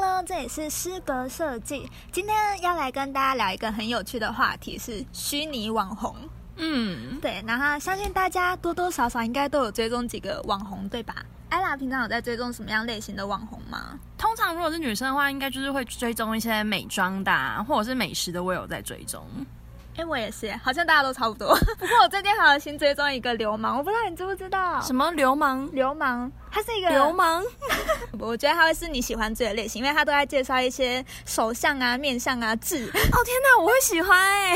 喽，这里是诗格设计。今天要来跟大家聊一个很有趣的话题，是虚拟网红。嗯，对，然后相信大家多多少少应该都有追踪几个网红，对吧？艾拉平常有在追踪什么样类型的网红吗？通常如果是女生的话，应该就是会追踪一些美妆的、啊，或者是美食的，我有在追踪。哎，我也是，好像大家都差不多。 不过我最近好像新追踪一个流氓，我不知道你知不知道？什么流氓？流氓，他是一个流氓？我觉得他会是你喜欢这个类型，因为他都在介绍一些手相啊、面相啊、 痣。哦天哪，我会喜欢 哎、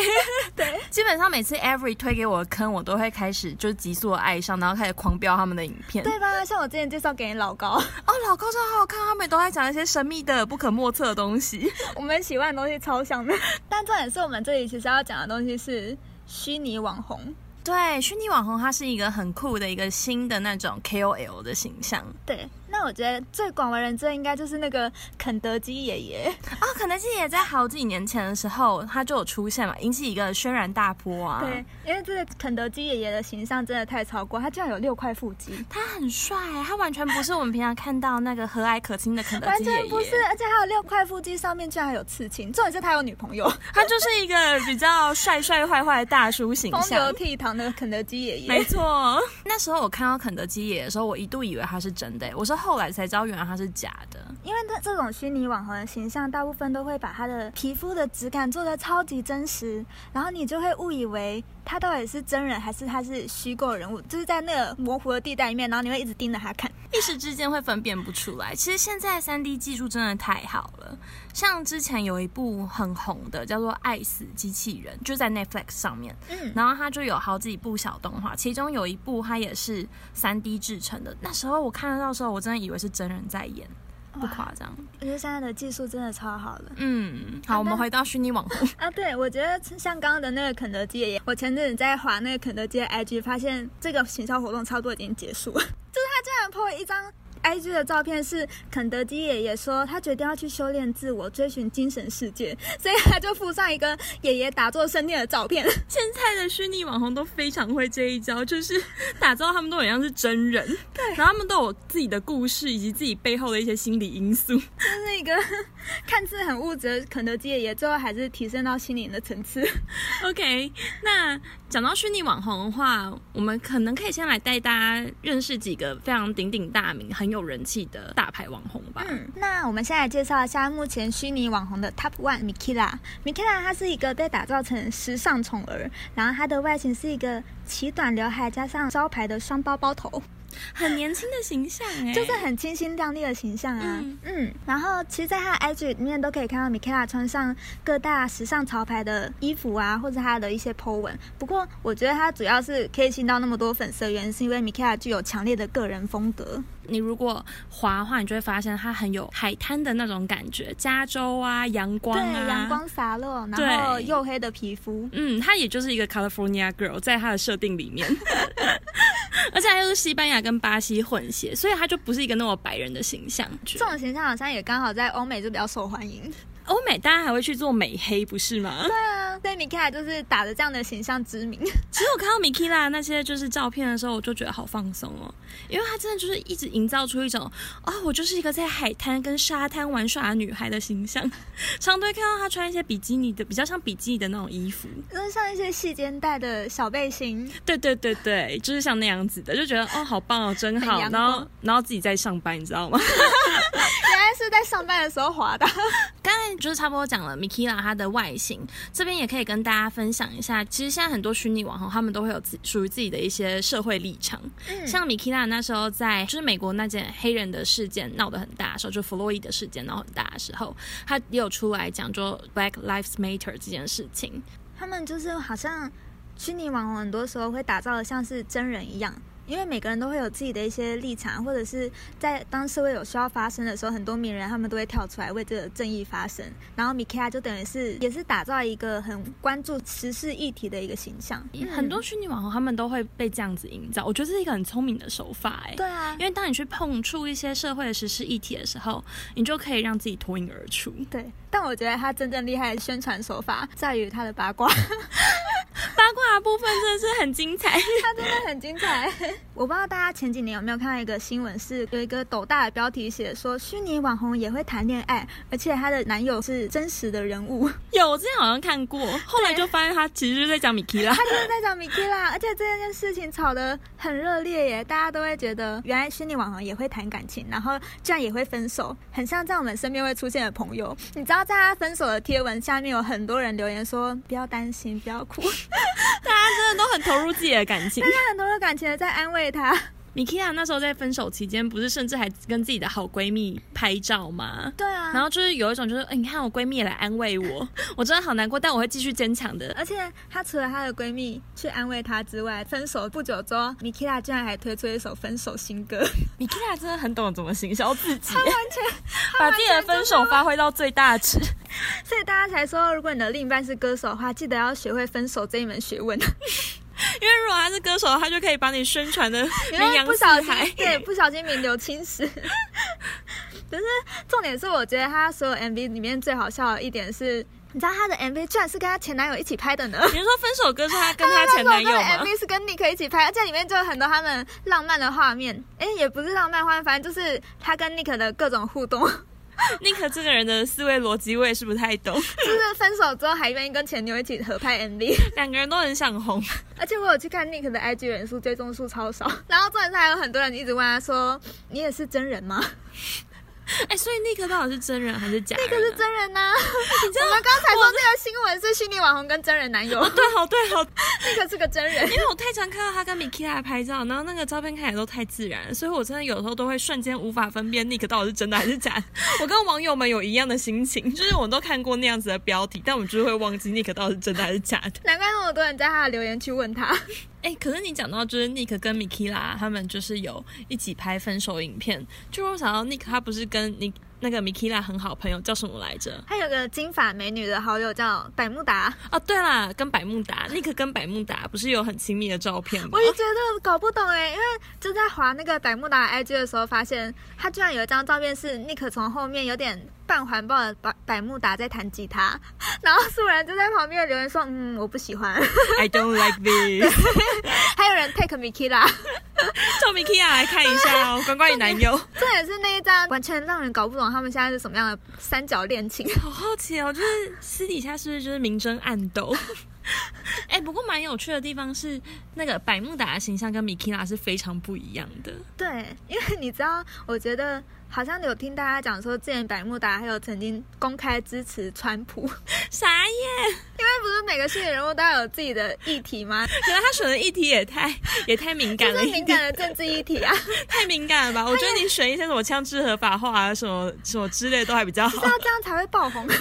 对，基本上每次 Every 推给我的坑，我都会开始就急速地爱上，然后开始狂飙他们的影片。对吧？像我之前介绍给你老高，哦，老高真的好好看，他们都在讲一些神秘的、不可莫测的东西。 我们喜欢的东西超像的。 但重点是我们这里其实要讲的东西是虚拟网红。 对，虚拟网红它是一个很酷的一个新的那种 KOL 的形象啊、对，那我觉得最广为人知的应该就是那个肯德基爷爷。哦，肯德基也在好几年前的时候，它就有出现嘛，引起一个轩然大波啊。对，，因为这个肯德基爷爷的形象真的太超过，他居然有六块腹肌，他很帅，他完全不是我们平常看到那个和蔼可亲的肯德完基爷全爷，不是，而且还有六块腹肌上面居然还有刺青，重点是他有女 朋友，他就是一个比较帅帅坏坏的大叔形风 流象。倜傥的肯德基爷没爷。错，那时候我看到肯德基爷爷的时候，我一度以为他是真的、我是后来才知道原来他是假的。因为他这种虚拟网红的形象，大部分都会把他的皮肤的质感做得超级真实，然后你就会误以为他到底是真人还是他是虚构人物，就是在那个模糊的地带里面，然后你会一直盯着他看。一时之间会分辨不出来。其实现在三 D 技术真的太好了，像之前有一部很红的叫做《爱死机器人》，就在 Netflix 上面，嗯，然后它就有好几部小动画，其中有一部它也是三 D 制成的。那时候我看得到的时候，我真的以为是真人在演，不夸张。我觉得现在的技术真的超好了。嗯，好，我们回到虚拟网红，啊，对，我觉得像刚刚的那个肯德基爷爷，我前阵子在划那个肯德基的 IG，发现这个行销活动差不多已经结束了， 就是他居然 po 了一张。IG 的照片是肯德基爷爷说他决定要去修炼自我，追寻精神世界，所以他就附上一个爷爷打坐圣殿的照片。 现在的虚拟网红都非常会这一招，就是打造他们都很像是真人，对，然后他们都有自己的故事以及自己背后的一些心理因素。就是一个 看似很物质的肯德基爷爷，最后还是提升到心灵的层次。 OK，那讲到虚拟网红的话，我们可能可以先来带大家认识几个非常鼎鼎大名、很有人气的大牌网红吧。嗯，那我们先来介绍一下目前虚拟网红的 Top One Mikila。Mikila 她是一个被打造成时尚宠儿，然后她的外形是一个齐短刘海加上招牌的双包包头，很年轻的形象哎、就是很清新亮丽的形象啊。嗯嗯然后其实，在她的 IG 里面都可以看到 Mikila 穿上各大时尚潮牌的衣服啊，或者她的一些 po 文。不过，我觉得她主要是可以吸引到那么多粉丝的原因，是因为 Mikila 具有强烈的个人风格。你如果滑的话，你就会发现它很有海滩的那种感觉，加州啊，阳光啊，对，阳。光洒落，然后对黝黑的皮肤。嗯，她也就是一个 California girl，在她的设定里面， 而且她又是西班牙跟巴西混血，所以她就不是一个那么白人的形象。这种形象好像也刚好在欧美就比较受欢迎。 欧美大家还会去做美黑，不是吗？对啊，所以米凯就是打着这样的形象之名， 其实我看到米 i 拉那些就是照片的时候，我就觉得好放松哦，因为她真的就是一直营造出一种哦，我就是一个在海滩跟沙滩玩耍的女孩的形象。常都会看到她穿一些比基尼的，比较像比基尼的那种衣服。就是像一些细肩带的小背心， 对对对对，就是像那样子的，就觉得哦，好棒哦，真好很。阳然光后然后自己在上班，你知道吗？原来是在上班的时候滑的。 刚才就是差不多讲了 Mikila 她的外形，这边也可以跟大家分享一下。其实现在很多虚拟网红，他们都会有自属于自己的一些社会立场。嗯像 Mikila 那时候在就是美国那件黑人的事件闹得很大的时候，就弗洛伊德事件闹很大的时候，她也有出来讲说 Black Lives Matter 这件事情。他们就是好像虚拟网红，很多时候会打造的像是真人一样。因为每个人都会有自己的一些立场，或者是在当社会有需要发生的时候，很多名人他们都会跳出来为这个正义发声。然后米凯就等于是也是打造一个很关注时事议题的一个形象，很多虚拟网红他们都会被这样子营造，我觉得这是一个很聪明的手法、哎。对啊，因为当你去碰触一些社会的时事议题的时候，你就可以让自己脱颖而出。 对，但我觉得他真正厉害的宣传手法在于他的八卦。八卦的部分真的是很精彩。 它真的很精彩。 我不知道大家前几年有没有看到一个新闻，是有一个斗大的标题写说虚拟网红也会谈恋爱，而且她的男友是真实的人物。 有，我之前好像看过，后来就发现他其实是在讲米奇啦他。就是在讲米基啦，而且这件事情吵得很热烈耶，大家都会觉得原来虚拟网红也会谈感情，然后居然也会分手，很像在我们身边会出现的朋友。你知道，在他分手的贴文下面有很多人留言说不要担心，不要哭，大家真的都很投入自己的感情。 他很多的感情的在安慰他。米奇亚那时候在分手期间，不是甚至还跟自己的好闺蜜拍照吗？对啊，然后就是有一种就是，哎、你看我闺蜜也来安慰我，我真的好难过，但我会继续坚强的。而且她除了她的闺蜜去安慰她之外，分手不久之后，米基拉居然还推出一首分手新 歌，米奇亚真的很懂得怎么行销自己她，完全把自己的分手发挥到最大值。所以大家才说，如果你的另一半是歌手的话，记得要学会分手这一门学 问。因为如果他是歌手，他就可以把你宣传的因名为扬不四小海心。 对，不小心名流青史。 可是重点是，我觉得他所有 MV 里面最好笑的一点是，你知道他的 MV 居然是跟他前男友一起拍的呢。你是说分手歌是他跟他前男友的吗？ MV 是跟 Nick 一起拍，而且里面就有很多他们浪漫的画面。哎、也不是浪漫画面，反正就是他跟 Nick 的各种互动， 就宁可这个人的思维逻辑我也是不太懂，是分手之后还愿意跟前女友一起合拍 MV。两个人都很想红。 而且我有去看 Nick 的 IG 人数，追踪数超少。 然后重点是还有很多人一直问他说：“你也是真人吗？” 哎、所以尼克到底是真人还是假人、啊？可是真人呐、你知 道我们刚才说这个新闻是虚拟网红跟真人男 友，对好对好，那个是个真人。 因为我太常看到他跟米 i 来拍照，然后那个照片看起来都太自然，所以我真的有时候都会瞬间无法分辨 Nick 到底是真的还是假的。 我跟网友们有一样的心情，就是我们都看过那样子的标题，但我们就是会忘记 Nick 到底是真的还是假的。难怪那么多人在他的留言区问他，哎、可是你讲到就是 Nick 跟 Mikila 他们就是有一起拍分手影片，就我想到 Nick 他不是跟你那个 Mikila 很好朋友叫什么来着？他有个金发美女的好友叫百慕达，哦，对啦，跟百慕达，Nick 跟百慕达不是有很亲密的照片吗我？也觉得搞不懂哎，因为就在划那个百慕达的 IG 的时候，发现他居然有一张照片是 Nick 从后面有点半环抱的百百慕达在弹吉他， 然后素然就在旁边留言说：“嗯，我不喜欢。 I don't like this 。”还有人 take Miki 啦，叫 Mikila 来看一下哦，关关你男友。这也是那一张完全让人搞不懂他们现在是什么样的三角恋情。 好好奇哦，就是私底下是不是就是明争暗斗？ 哎、不过蛮有趣的地方是，那个百慕达的形象跟 Mikila 是非常不一样的。对，因为你知道，我觉得好像有听大家讲说，之前百慕达还有曾经公开支持川普， 因为啥耶？不是每个虚拟人物都要有自己的议题吗？可能他选的议题也太 也太敏感就了是一敏点，感的政治议题啊，太敏感了吧？我觉得你选一些什么枪支合法化啊、什么什么之类的都还比较好，要这样才会爆红。就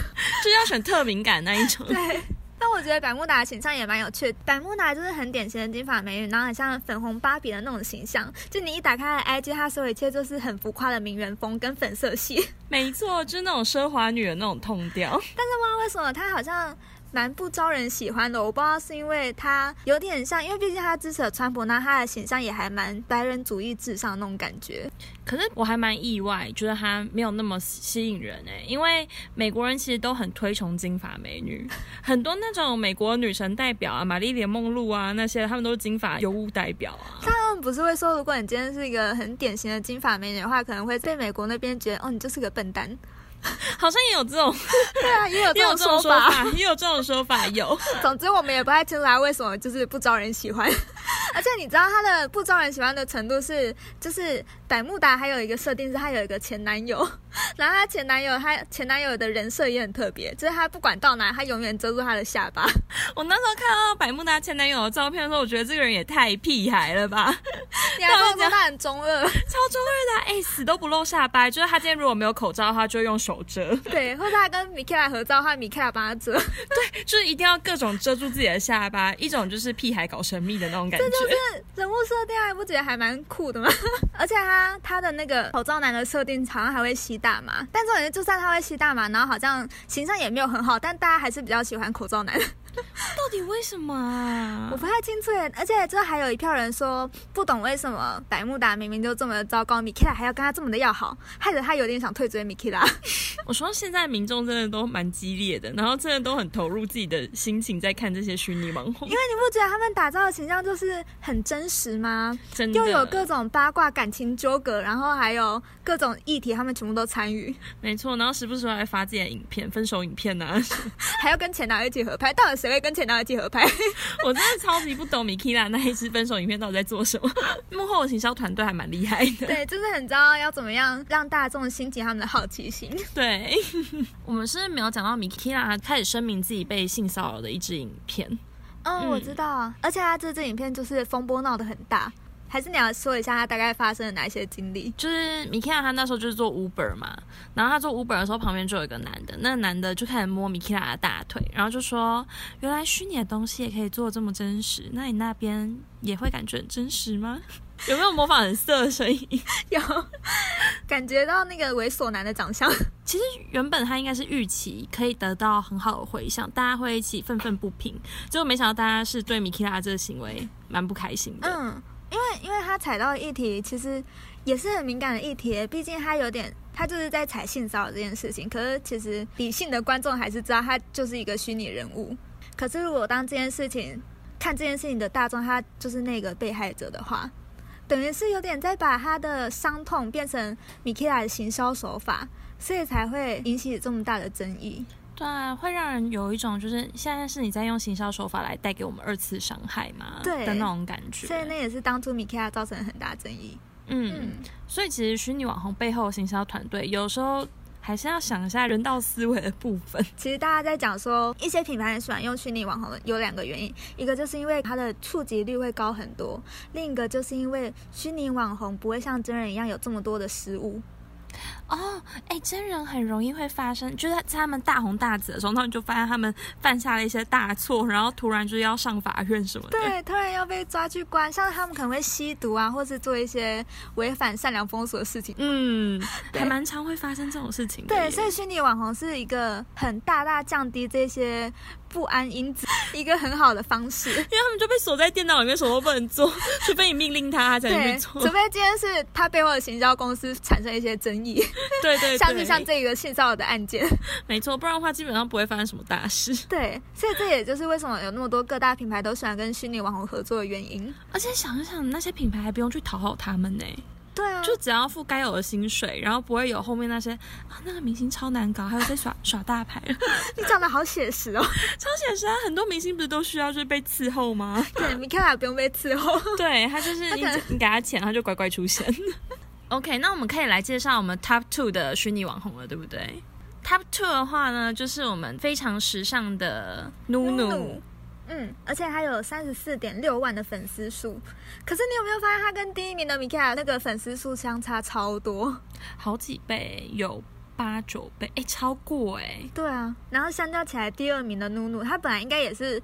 是要选特敏感那一 种。 对。但我觉得百慕达的形象也蛮有趣的，百慕达就是很典型的金发美女，然后很像粉红芭比的那种形象。就你一打开她的 IG，她所有一切就是很浮夸的名媛风跟粉色 系。没错，就是那种奢华女的那种痛调。但是不知道为什么他好像蛮不招人喜欢的，我不知道是因为他有点像，因为毕竟他支持了川普，那他的形象也还蛮白人主义至上那种感觉。可是我还蛮意外，觉得她没有那么吸引人哎、因为美国人其实都很推崇金发美女， 很多那种美国女神代表啊，玛丽莲梦露啊那些，她们都是金发尤物代表啊。他们不是会说，如果你今天是一个很典型的金发美女的话，可能会被美国那边觉得哦，你就是个笨蛋。好像也有这种，对啊，也有 也这有种这说种说法。法， 也有这种说法有。总之，我们也不太清楚他为什么就是不招人喜欢。 而且你知道他的不招人喜欢的程度是，就是百慕达还有一个设定是他有一个前男友， 然后他前男友他前男友的人设也很特别，就是他不管到哪，他永远遮住他的下巴， 我那时候看到百慕达前男友的照片的时候，我觉得这个人也太屁孩了 吧，你还跟我说他很中二， 超中二的啊、哎、死都不露下巴。就是他今天如果没有口罩的话，就会用手遮，对，或者他跟米克拉合照，他米克拉帮他遮，这 就是一定要各种遮住自己的下巴，一种就是屁孩搞神秘的那种感觉。人物设定还不觉得还蛮酷的吗？ 而且他他的那个口罩男的设定好像还会吸大麻，但重点是就算他会吸大麻，然后好像形象也没有很好，但大家还是比较喜欢口罩男。到底为什么啊？我不太清楚耶，而且这还有一票人说不懂为什么百慕达明明就这么糟糕，米基拉还要跟他这么的要好，害得他有点想退追米基拉。 我说现在民众真的都蛮激烈的，然后真的都很投入自己的心情在看这些虚拟网红因，为你不觉得他们打造的形象就是很真实吗？真的又有各种八卦、感情纠葛，然后还有各种议题，他们全部都参与，没错，然后时不时还发自己的影片、分手影片啊呐、还要跟前男友一起合拍。到底谁会跟前男友一起合 拍？ 我真的超级不懂米 i 拉那一支分手影片到底在做什么， 幕后的行销团队还蛮厉害的。对，就是很知道要怎么样让大众兴起他们的好奇心。 对， 我们是没有讲到米 i 拉开始声明自己被性骚扰的一支影片。嗯，我知道，而且他这支影片就是风波闹得很大，还是你要说一下他大概发生了哪一些经历？就是米 i 拉他那时候就是做 Uber 嘛，然后他做 Uber 的时候，旁边就有一个男的，那个男的就开始摸米 i 拉的大腿，然后就说：“原来虚拟的东西也可以做这么真实，那你那边也会感觉很真实吗？” 有没有模仿很色的声音？有 感觉到那个猥琐男的长相，其实原本他应该是预期可以得到很好的回响，大家会一起愤愤不平，结果没想到大家是对米 i 拉这个行为蛮不开心的。嗯，因为因为他踩到的议题其实也是很敏感的议题，毕竟他有点。他就是在踩性骚扰这件事情，可是其实理性的观众还是知道他就是一个虚拟人物。可是如果当这件事情看这件事情的大众，他就是那个被害者的话，等于是有点在把他的伤痛变成米基拉的行销手法，所以才会引起这么大的争议。对啊，会让人有一种就是现在是你在用行销手法来带给我们二次伤害嘛？对的那种感觉。所以那也是当初米基拉造成很大争议。嗯，嗯，所以其实虚拟网红背后的行销团队有时候还是要想一下人道思维的部分。其实大家在讲说，一些品牌很喜欢用虚拟网红，有两个原因，一个就是因为它的触及率会高很多，另一个就是因为虚拟网红不会像真人一样有这么多的失误。哦，哎，真人很容易会发生，就是在他们大红大紫的时候，他们就发现他们犯下了一些大错，然后突然就要上法院什么的。 对，突然要被抓去关，像他们可能会吸毒啊，或是做一些违反善良风俗的事情。嗯，对还蛮常会发生这种事情的耶。对，所以虚拟网红是一个很大大降低这些不安因子 一个很好的方式。因为他们就被锁在电脑里面，什么都不能 做，除非你命令他，他才能对，去除做。非今天是他背后的行销公司产生一些争议， 对对对，像是像这个性骚扰的案件。没错，不然的话基本上不会发生什么大事。对，所以这也就是为什么有那么多各大品牌都喜欢跟虚拟网红合作的原因。而且想一想，那些品牌还不用去讨好他们呢、对啊，就只要付该有的薪水，然后不会有后面那些啊那个明星超难搞，还有在耍 耍大牌，你讲的好写实哦。超写实啊！很多明星不是都需要就是被伺候吗？ 对，米卡不用被伺候。对他就是他你可能你给他钱，他就乖乖出现。OK，那我们可以来介绍我们 Top Two 的虚拟网红了，对不对？Top Two 的话呢，就是我们非常时尚的努努， 嗯，而且还有三十四点六万的粉丝数。可是你有没有发现，他跟第一名的米卡那个粉丝数相差超多？好几倍，有八九倍，哎、超过哎、对啊，然后相较起来，第二名的努努，他本来应该也是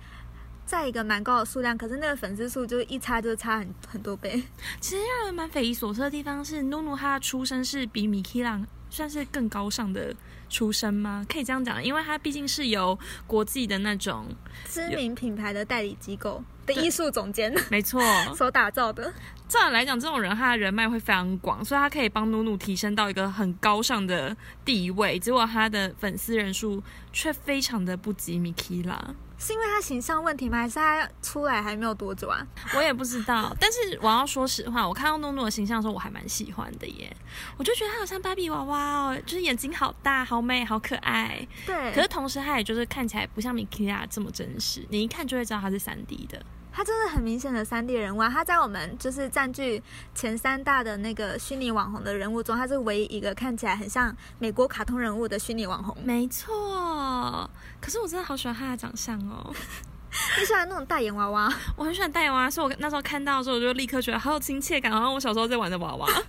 在一个蛮高的数量，可是那个粉丝数就一差就差很很多 倍。其实让人蛮匪夷所思的地方是，努努她的出身是比米基朗算是更高尚的出身吗？可以这样讲，因为她毕竟是由国际的那种，知名品牌的代理机构的艺术总 监没错。所打造的。照理来讲，这种人他的人脉会非常广，所以他可以帮努努提升到一个很高尚的地位。结果他的粉丝人数却非常的不及米基拉，是因为他形象问题吗？还是他出来还没有多久啊？我也不知道。但是我要说实话，我看到努努的形象的时候，我还蛮喜欢的耶。我就觉得她好像芭比娃娃哦，就是眼睛好大、好美、好可爱。对，可是同时，它也就是看起来不像米基亚这么真实，你一看就会知道它是三 D 的。他真的很明显的三 D 人物啊！他在我们就是占据前三大的那个虚拟网红的人物中，他是唯一一个看起来很像美国卡通人物的虚拟网红。没错，可是我真的好喜欢它的长相哦， 你喜欢那种大眼娃娃？我很喜欢戴娃娃，所以我那时候看到的时候，我就立刻觉得好有亲切感，好像我小时候在玩的娃娃。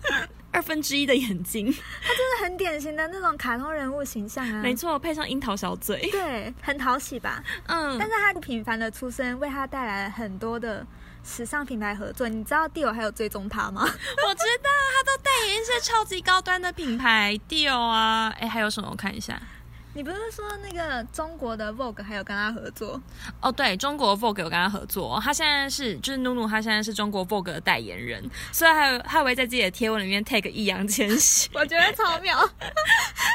二分之一的眼睛，真的很典型的那种卡通人物形象啊！没错，配上樱桃小嘴，对，很讨喜吧？嗯但，是他不平凡的出身，为他带来了很多的时尚品牌合作。你知道地友还有追踪他 吗？ 我知道，它都代言一些超级高端的品牌，Dior 啊，哎，还有什么？我看一下，你不是说那个中国的 Vogue 还有跟他合作？。哦，对，中国 Vogue 有跟他合作，他现在是就是努努，他现在是中国 Vogue 的代言人，所以还有他还会在自己的贴文里面 tag 易烊千玺我觉得超妙。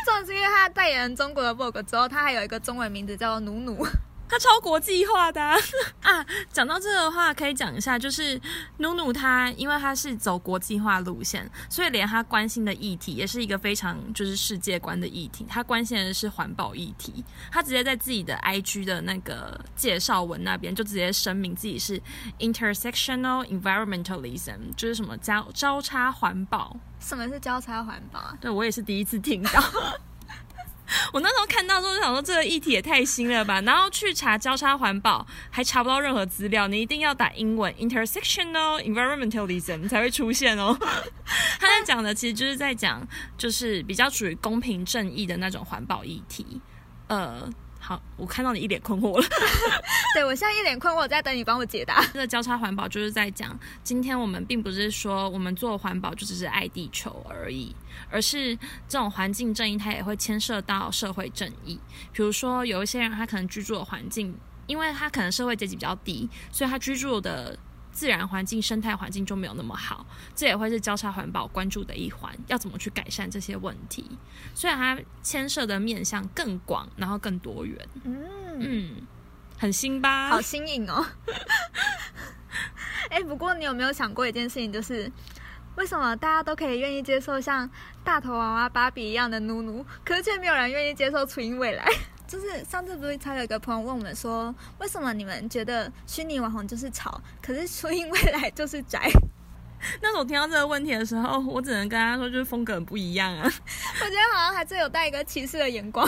重点是因为他代言中国的 Vogue 之后，他还有一个中文名字叫努努。他超国际化的啊！ 啊讲到这个的话，可以讲一下，就是努努他，因为他是走国际化路线，所以连他关心的议题也是一个非常就是世界观的议题。他关心的是环保议题，他直接在自己的 IG 的那个介绍文那边就直接声明自己是 intersectional environmentalism，就是什么交交叉环保。什么是交叉环保啊？对我也是第一次听到。 我那时候看到之后就想说，这个议题也太新了吧！然后去查交叉环保，还查不到任何资料，你一定要打英文 intersectional environmentalism 才会出现哦。 他在讲的其实就是在讲，就是比较属于公平正义的那种环保议题。呃，好，我看到你一脸困惑了。对我现在一脸困惑，我在等你帮我解答。 这个交叉环保就是在讲，今天我们并不是说我们做环保就只是爱地球而已，而是这种环境正义它也会牵涉到社会正义。比如说，有一些人他可能居住的环境，因为他可能社会阶级比较低，所以他居住的自然环境、生态环境就没有那么好，这也会是交叉环保关注的一环，要怎么去改善这些问题。所以它牵涉的面向更广，然后更多元。嗯，嗯，很新吧？好新颖哦。 哎、不过你有没有想过一件事情，就是为什么大家都可以愿意接受像大头娃娃芭比一样的努努，可是却没有人愿意接受初音未来？就是上次不是才有一个朋友问我们说，为什么你们觉得虚拟网红就是潮，可是初音未来就是宅？那时候我听到这个问题的时候，我只能跟他说，就是风格很不一样啊。我觉得好像还是有带一个歧视的眼光。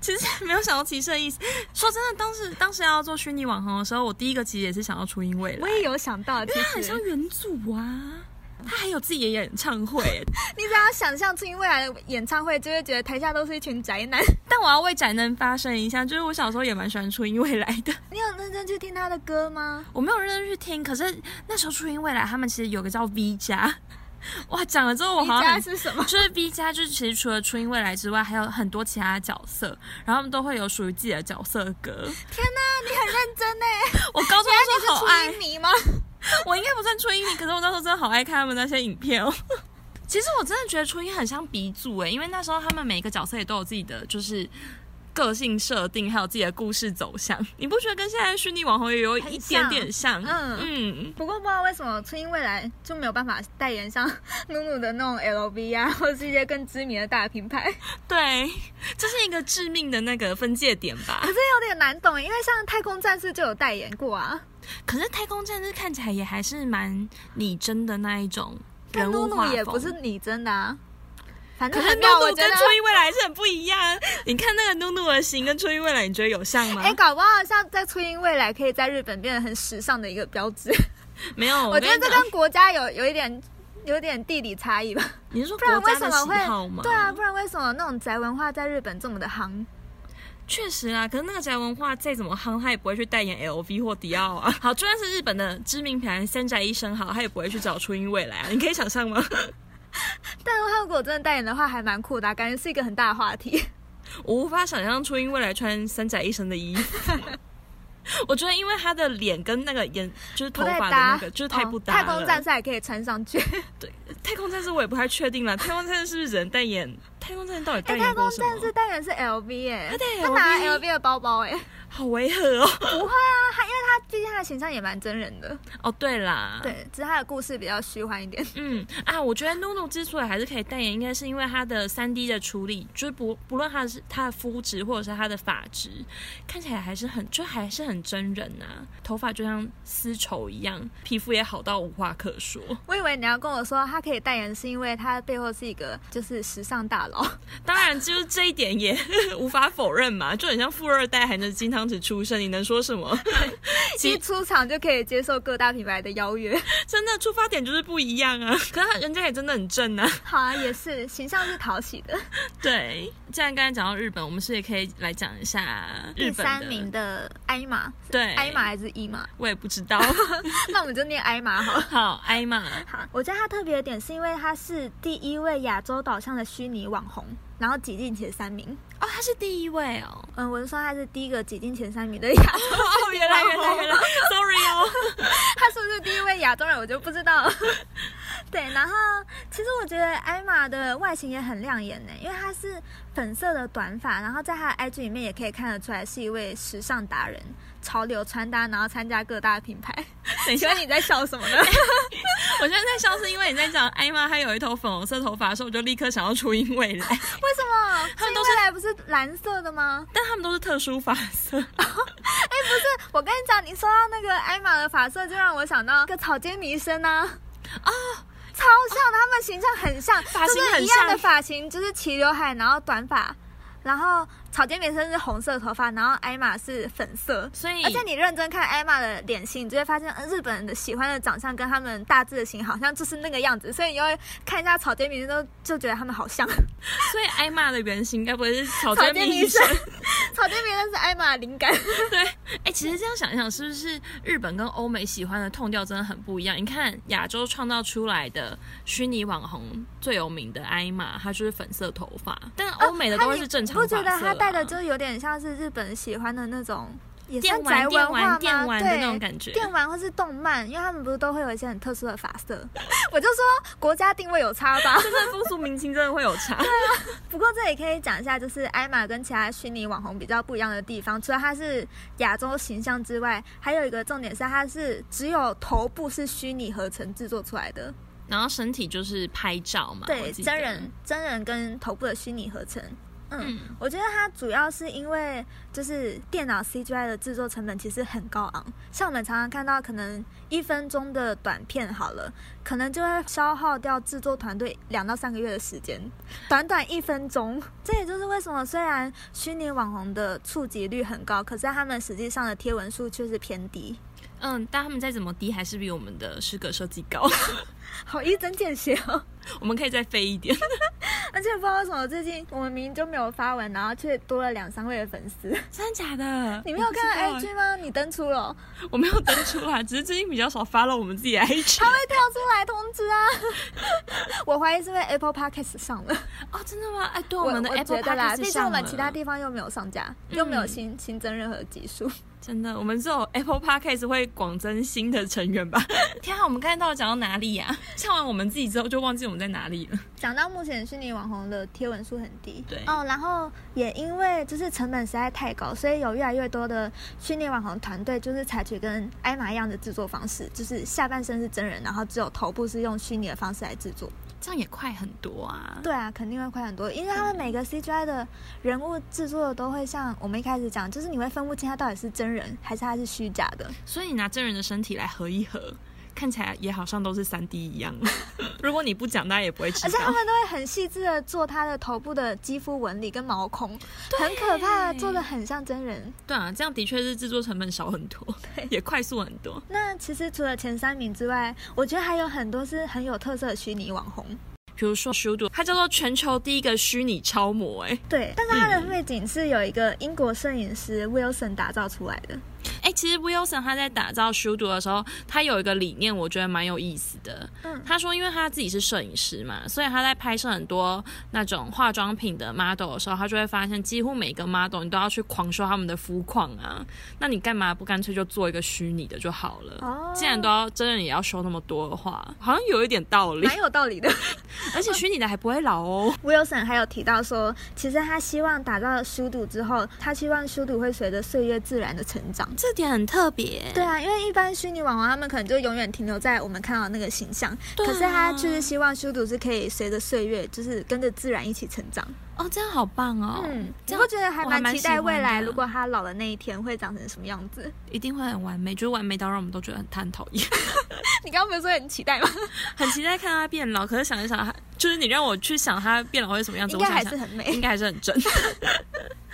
其实没有想到歧视的意思。说真的，当时当时要做虚拟网红的时候，我第一个其实也是想要初音未我来，也有想到，其他很实像原主啊，他还有自己的演唱会。 你只要想象初音未来的演唱会，就会觉得台下都是一群宅男。但我要为宅男发声一下，就是我小时候也蛮喜欢初音未来的， 你有认真去听他的歌吗？ 我没有认真去听，可是那时候初音未来他们其实有个叫 V 加， 哇，讲了之后我你好像家很是什 么？就是 B 加，就是其实除了初音未来之外，还有很多其他角色，然后他们都会有属于自己的角色歌。天哪，你很认真 呢！我高中你的时是候好爱初音，迷吗？我应该不算初音迷，可是我那时候真的好爱看他们那些影片哦。 其实我真的觉得初音很像鼻祖欸诶，因为那时候他们每一个角色也都有自己的就是个性设定，还有自己的故事走向。你不觉得跟现在的虚拟网红也有一点点像？很像嗯，不过不知道为什么初音未来就没有办法代言像 努努的那种 LV 啊， 或者是一些更知名的大品 牌，对，这是一个致命的那个分界点吧可。是有点难懂，因为像太空战士就有代言过啊，可是太空战士看起来也还是蛮拟真的那一种但人努物努画也不风是拟真的啊， 反可正是很努妙，我努觉跟得。初音未来是很不一样。 你看那个努努的型跟初音未来，你觉得有像吗？哎、搞不好像在初音未来可以在日本变得很时尚的一个标志。没有，我觉得哦跟这你讲跟国家有有一点有点地理差 异吧。你是说不然国为家什的么喜好会吗？对啊？，不然为什么那种宅文化在日本这么的夯？确实啊。可是那个宅文化再怎么夯，他也不会去代言 LV 或迪奥啊。 好，就算是日本的知名品牌三宅一生好，他也不会去找初音未来啊。你可以想象吗？ 但是他如果真的代言的话，还蛮酷的啊、感觉是一个很大的话题。我无法想象初音未来穿三宅一生的衣 服。我觉得，因为他的脸跟那个眼，就是头不太发的搭，那个，就是太不搭、哦太空战，士还可以穿上 去。太空战士我也不太确 定了。太空战士是不是人代言？太空战士到底代哎，太言空过什么？战士代言是 LV 耶、他代言他拿 LV LV 的包包哎、好违和哦。 不会啊，他因为他毕竟他的形象也蛮真人的，哦，对啦，对，只是他的故事比较虚幻一点。嗯啊，我觉得露露之所以还是可以代言，应该是因为它的三 D 的处理，就是不不论它是它的肤质或者是它的发质，看起来还是很就还是很真人啊，头发就像丝绸一样，皮肤也好到无话可说。我以为你要跟我说他可以代言，是因为他背后是一个就是时尚大佬。当然，就是这一点也 无法否认嘛，就很像富二代还能金汤匙出生，你能说什么？ 其一出场就可以接受各大品牌的邀 约。真的出发点就是不一样啊， 可是他人家也真的很正啊。好啊，也是形象是讨喜的。对，既然刚才讲到日本，我们是不是也可以来讲一下日第本三的哎名的艾玛，对艾玛还是伊玛？我也不知 道。那我们就念艾玛好了。好，艾玛，好，我觉得它特别的点是因为它是第一位亚洲导向的虚拟网红，然后挤进前三名。哦，他是第一位哦。嗯，我是说他是第一个挤进前三名的亚洲， 哦，原来原来原来，sorry 哦。他是不是第一位亚洲人我就不知 道了。对，然后其实我觉得艾玛的外形也很亮眼呢，因为她是粉色的短发，然后在她的 IG 里面也可以看得出来是一位时尚达人，潮流穿搭，然后参加各大品牌。等一请 下，问你在笑什么呢？我现在在笑是因为你在讲艾玛，她有一头粉红色头发的时候，我就立刻想要初音未来，为什么？他们都是未来不是蓝色的吗？ 但他们都是特殊发色。我跟你讲，你说到那个艾玛的发色，就让我想到一个草间弥生啊，啊、超像，他们形象很像，发型就是很一样像的发型，就是齐刘海，然后短发，然后草间弥生是红色头发，然后艾玛是粉色。所以而且你认真看艾玛的脸型，你就会发现呃日本人的喜欢的长相跟他们大致的型好像就是那个样子，所以你就会看一下草间弥生都就觉得他们好像。所以艾玛的原型该不会是草草间间弥弥生生？，草间弥生是艾玛的灵感。对，哎、其实这样想一想，是不是日本跟欧美喜欢的痛调真的很不一样？你看亚洲创造出来的虚拟网红最有名的艾玛，她就是粉色头发，但哦欧美的都会是正常我发色、觉啊得他戴的就有点像是日本喜欢的那种，也算电宅玩、文电化吗？玩、电玩的那种对。感觉。电玩或是动漫，因为他们不是都会有一些很特殊的发色， 我就说国家定位有差 吧。真的风俗民情真的会有差，不过这里可以讲一下，就是艾玛跟其他虚拟网红比较不一样的地方，除了她是亚洲形象之外，还有一个重点是她是只有头部是虚拟合成制作出来的，然后身体就是拍照嘛，啊我对，记得真人真人跟头部的虚拟合成。嗯，我觉得它主要是因为就是电脑 CGI 的制作成本其实很高昂，像我们常常看到可能一分钟的短片好了，可能就会消耗掉制作团队两到三个月的时间，短短一分钟。这也就是为什么虽然虚拟网红的触及率很高，可是他们实际上的贴文数却是偏低。嗯，但他们再怎么低，还是比我们的诗歌设计高， 好一针见血哦！我们可以再飞一点。而且不知道为什么最近我们明明就没有发文，然后却多了两三位的粉丝。 真的假的？你没有我不知看道 IG 吗？你登出了哦，我没有登出来，只是最近比较少发了我们自己的 IG。它会跳出来通知啊！ 我怀疑是被 Apple Podcast 上了，哦，真的吗？哎，对，我们的我 Apple 觉得啦， Podcast 毕竟上我们其他了地方又没有上架，又没有嗯新新增任何集数。真的，我们只有 Apple Podcast 会广增新的成员吧？ 天啊，我们刚才到底讲到哪里 呀、唱完我们自己之后，就忘记我们在哪里了。讲到目前虚拟网红的贴文数很低，对哦，然后也因为就是成本实在太高，所以有越来越多的虚拟网红团队就是采取跟艾玛一样的制作方式，就是下半身是真人，然后只有头部是用虚拟的方式来制作。这样也快很多啊。对啊，肯定会快很多，因为他们嗯每个 CGI 的人物制作都会像我们一开始讲，就是你会分不清他到底是真人还是他是虚假的。所以你拿真人的身体来合一合，看起来也好像都是三 D 一样。如果你不讲，大家也不会知而且他道。们都会很细致的做他的头部的肌肤纹理跟毛孔，很可怕，做的很像真人。对啊，这样的确是制作成本少很多，也快速很多。那其实除了前三名之外，我觉得还有很多是很有特色的虚拟网红。比如说 s h u d 它叫做全球第一个虚拟超模、哎。对，但是他的背景是有一个英国摄影师 Wilson 打造出来的。哎、其实 Wilson 他在打造 s h u d 的时候，他有一个理念，我觉得蛮有意思的。嗯他说，因为他自己是摄影师嘛，所以他在拍摄很多那种化妆品的 model 的时候，他就会发现，几乎每个 model 你都要去狂说他们的肤况啊。那你干嘛不干脆就做一个虚拟的就好了？哦既嗯然都要真人也要修那么多的话，好像有一点道理蛮。有道理的。而且虚拟的还不会老哦。 Wilson 还有提到说，其实他希望打造修读之后，他希望修读会随着岁月自然的成长。这点很特别，对啊，因为一般虚拟网红他们可能就永远停留在我们看到那个形象，对啊可是他就是希望修读是可以随着岁月，就是跟着自然一起成长。哦，这样好棒哦，嗯，这你样不觉得还我还蛮蛮期待喜欢未来，的如果他老的那一天会长成什么样子？ 一定会很完美，就是完美到让我们都觉得很他很讨厌。你刚刚不是说很期待吗？很期待看他变老，可是想一想，他就是你让我去想他变老会什么样子，应我该想还一是想，很美 应。该还是很真。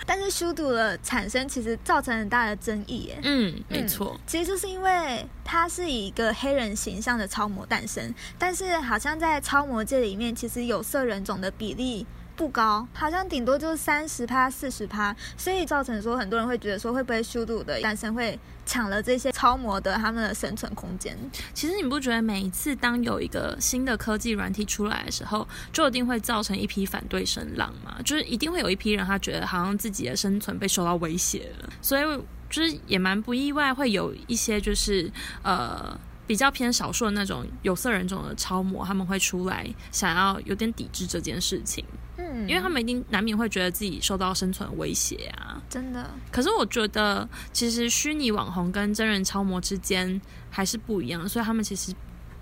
但是修读的产生其实造成很大的争议耶。嗯，没错。其实就是因为他是以一个黑人形象的超模诞生，但是好像在超模界里面，其实有色人种的比例不高，好像顶多就是三十趴、四十趴，所以造成说很多人会觉得说会不会修度的单身会抢了这些超模的他们的生存空间。其实你不觉得每一次当有一个新的科技软体出来的时候，就一定会造成一批反对声浪嘛？就是一定会有一批人他觉得好像自己的生存被受到威胁了，所以就是也蛮不意外会有一些就是呃。比较偏少数的那种有色人种的超模，他们会出来想要有点抵制这件事情，嗯，因为他们一定难免会觉得自己受到生存威胁啊。真的可是我觉得，其实虚拟网红跟真人超模之间还是不一样，所以他们其实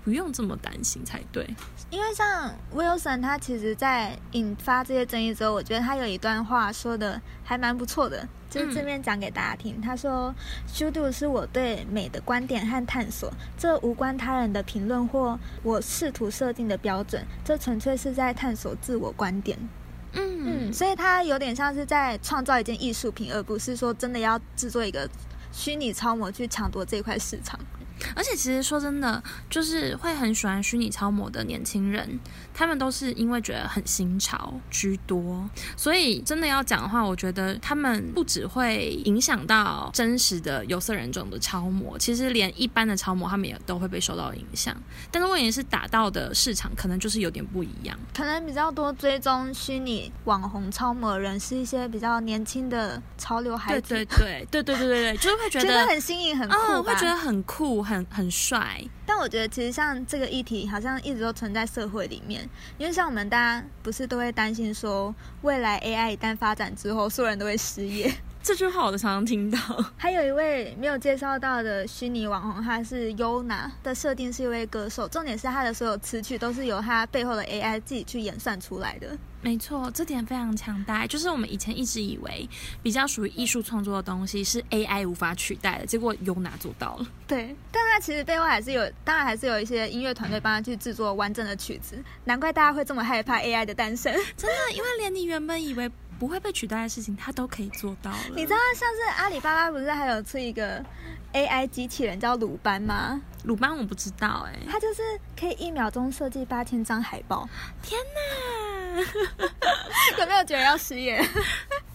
不用这么担心才对。因为像 Wilson，他其实，在引发这些争议之后，我觉得他有一段话说的还蛮不错的，就是这边讲给大家听。他说：“修度是我对美的观点和探索，这无关他人的评论或我试图设定的标准，这纯粹是在探索自我观点。”嗯嗯，所以他有点像是在创造一件艺术品，而不是说真的要制作一个虚拟超模去抢夺这块市场。而且其实说真的，就是会很喜欢虚拟超模的年轻人，他们都是因为觉得很新潮居多，所以真的要讲的话，我觉得他们不只会影响到真实的有色人种的超模，其实连一般的超模他们也都会被受到影响。但是问题是，打到的市场可能就是有点不一样。可能比较多追踪虚拟网红超模的人是一些比较年轻的潮流孩对子，对对对对对对对，就是会觉觉得得很新颖、很酷嗯，吧？会觉得很酷、很很帅。但我觉得其实像这个议题好像一直都存在社会里面，因为像我们大家不是都会担心说，未来 AI 一旦发展之后，所有人都会失 业。这句话我都常常听到。还有一位没有介绍到的虚拟网红，她是 Yona 的设定是一位歌手，重点是她的所有词曲都是由她背后的 AI 自己去演算出来的。没错，这点非常强大。就是我们以前一直以为比较属于艺术创作的东西是 AI 无法取代的，结果优娜做到了。对，但她其实背后还是有，当然还是有一些音乐团队帮她去制作完整的曲子，难怪大家会这么害怕 AI 的诞生。真的，因为连你原本以为不会被取代的事情，它都可以做到了。你知道像是阿里巴巴不是还有出一个 AI 机器人叫鲁班吗？鲁班我不知道哎、它就是可以一秒钟设计八千张海报， 天哪！有没有觉得要失业？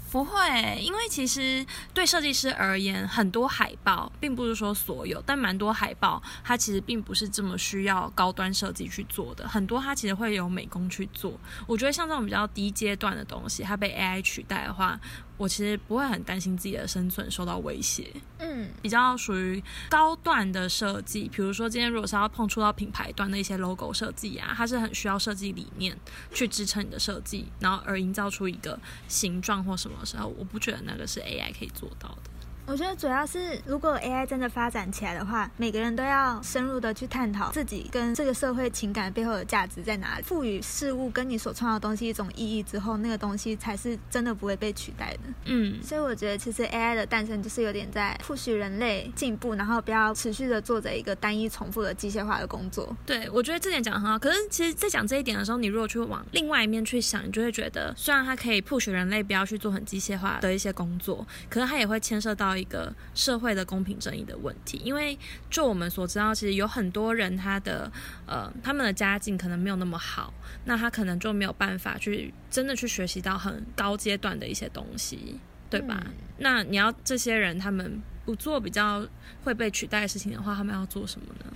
不会，因为其实对设计师而言，很多海报并不是说所有，但蛮多海报它其实并不是这么需要高端设计去做的，很多它其实会有美工去做。我觉得像这种比较低阶段的东西，它被 AI 取代的话，我其实不会很担心自己的生存受到威胁。嗯，比较属于高段的设计，比如说今天如果是要碰触到品牌端的一些 logo 设计啊，它是很需要设计理念去支撑你的设计，然后而营造出一个形状或什么的时候，我不觉得那个是 AI 可以做到的。我觉得主要是，如果 AI 真的发展起来的话，每个人都要深入的去探讨自己跟这个社会情感背后的价值在哪里，赋予事物跟你所创造的东西一种意义之后，那个东西才是真的不会被取代的。嗯，所以我觉得，其实 AI 的诞生就是有点在促使人类进步，然后不要持续的做着一个单一重复的机械化的工作。对，我觉得这点讲得很好。可是其实，在讲这一点的时候，你如果去往另外一面去想，你就会觉得，虽然它可以 push 人类不要去做很机械化的一些工作，可是它也会牵涉到一个社会的公平正义的问题。因为就我们所知道，其实有很多人他的呃他们的家境可能没有那么好，那他可能就没有办法去真的去学习到很高阶段的一些东西，对吧？嗯那你要这些人他们不做比较会被取代的事情的话，他们要做什么呢？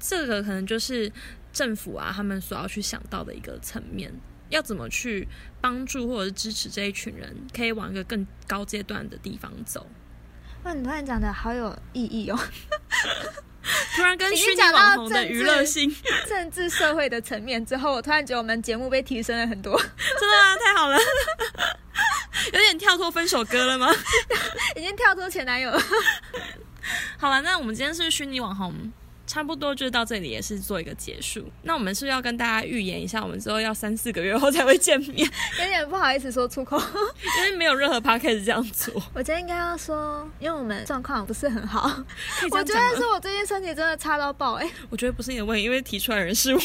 这个可能就是政府啊，他们所要去想到的一个层面，要怎么去帮助或者是支持这一群人，可以往一个更高阶段的地方走。哇，你突然讲的好有意义哦， 突然跟已经虚拟讲到网红的政娱治乐性， 政治社会的层面之后，我突然觉得我们节目被提升了很多， 真的啊，太好了， 有点跳脱分手歌了吗？已经跳脱前男友了。好了，那我们今天是虚拟网红，差不多就到这里，也是做一个结束。那我们是不是要跟大家预言一下，我们之后要三四个月后才会见 面，有点不好意思说出口。因为没有任何 p o d c a s 这样 做，我觉得应该要说，因为我们状况不是很好，可以这我样觉讲得吗？是我最近身体真的差到爆哎、我觉得不是你的问题，因为提出来的人是我。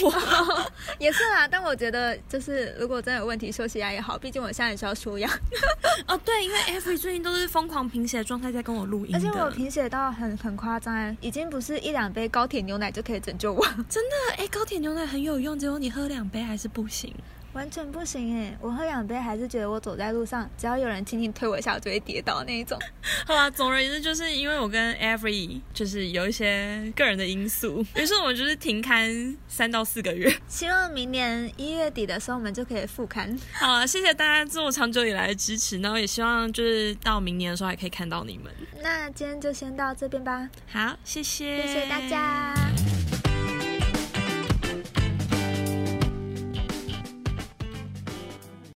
也是啦。但我觉得就是如果真的有问题，休息一下也好，毕竟我现在也需要休 养， 哦，对，因为 Every 最近都是疯狂贫血的状态在跟我录音的，而且我贫血到很很夸张哎，已经不是一两杯高铁牛奶就可以拯救我。 真的哎，高铁牛奶很有用，结果你喝两杯还是不行。完全不行哎！我喝两杯还是觉得我走在路上，只要有人轻轻推我一下，我就会跌倒那一种。好吧，总而言之，就是因为我跟 Every 就是有一些个人的因素，于是我们就是停刊三到四个月。 希望明年一月底的时候，我们就可以复刊。好了，谢谢大家这么长久以来的支持，然后也希望就是到明年的时候还可以看到你们。那今天就先到这边吧，好，谢谢，谢谢大家。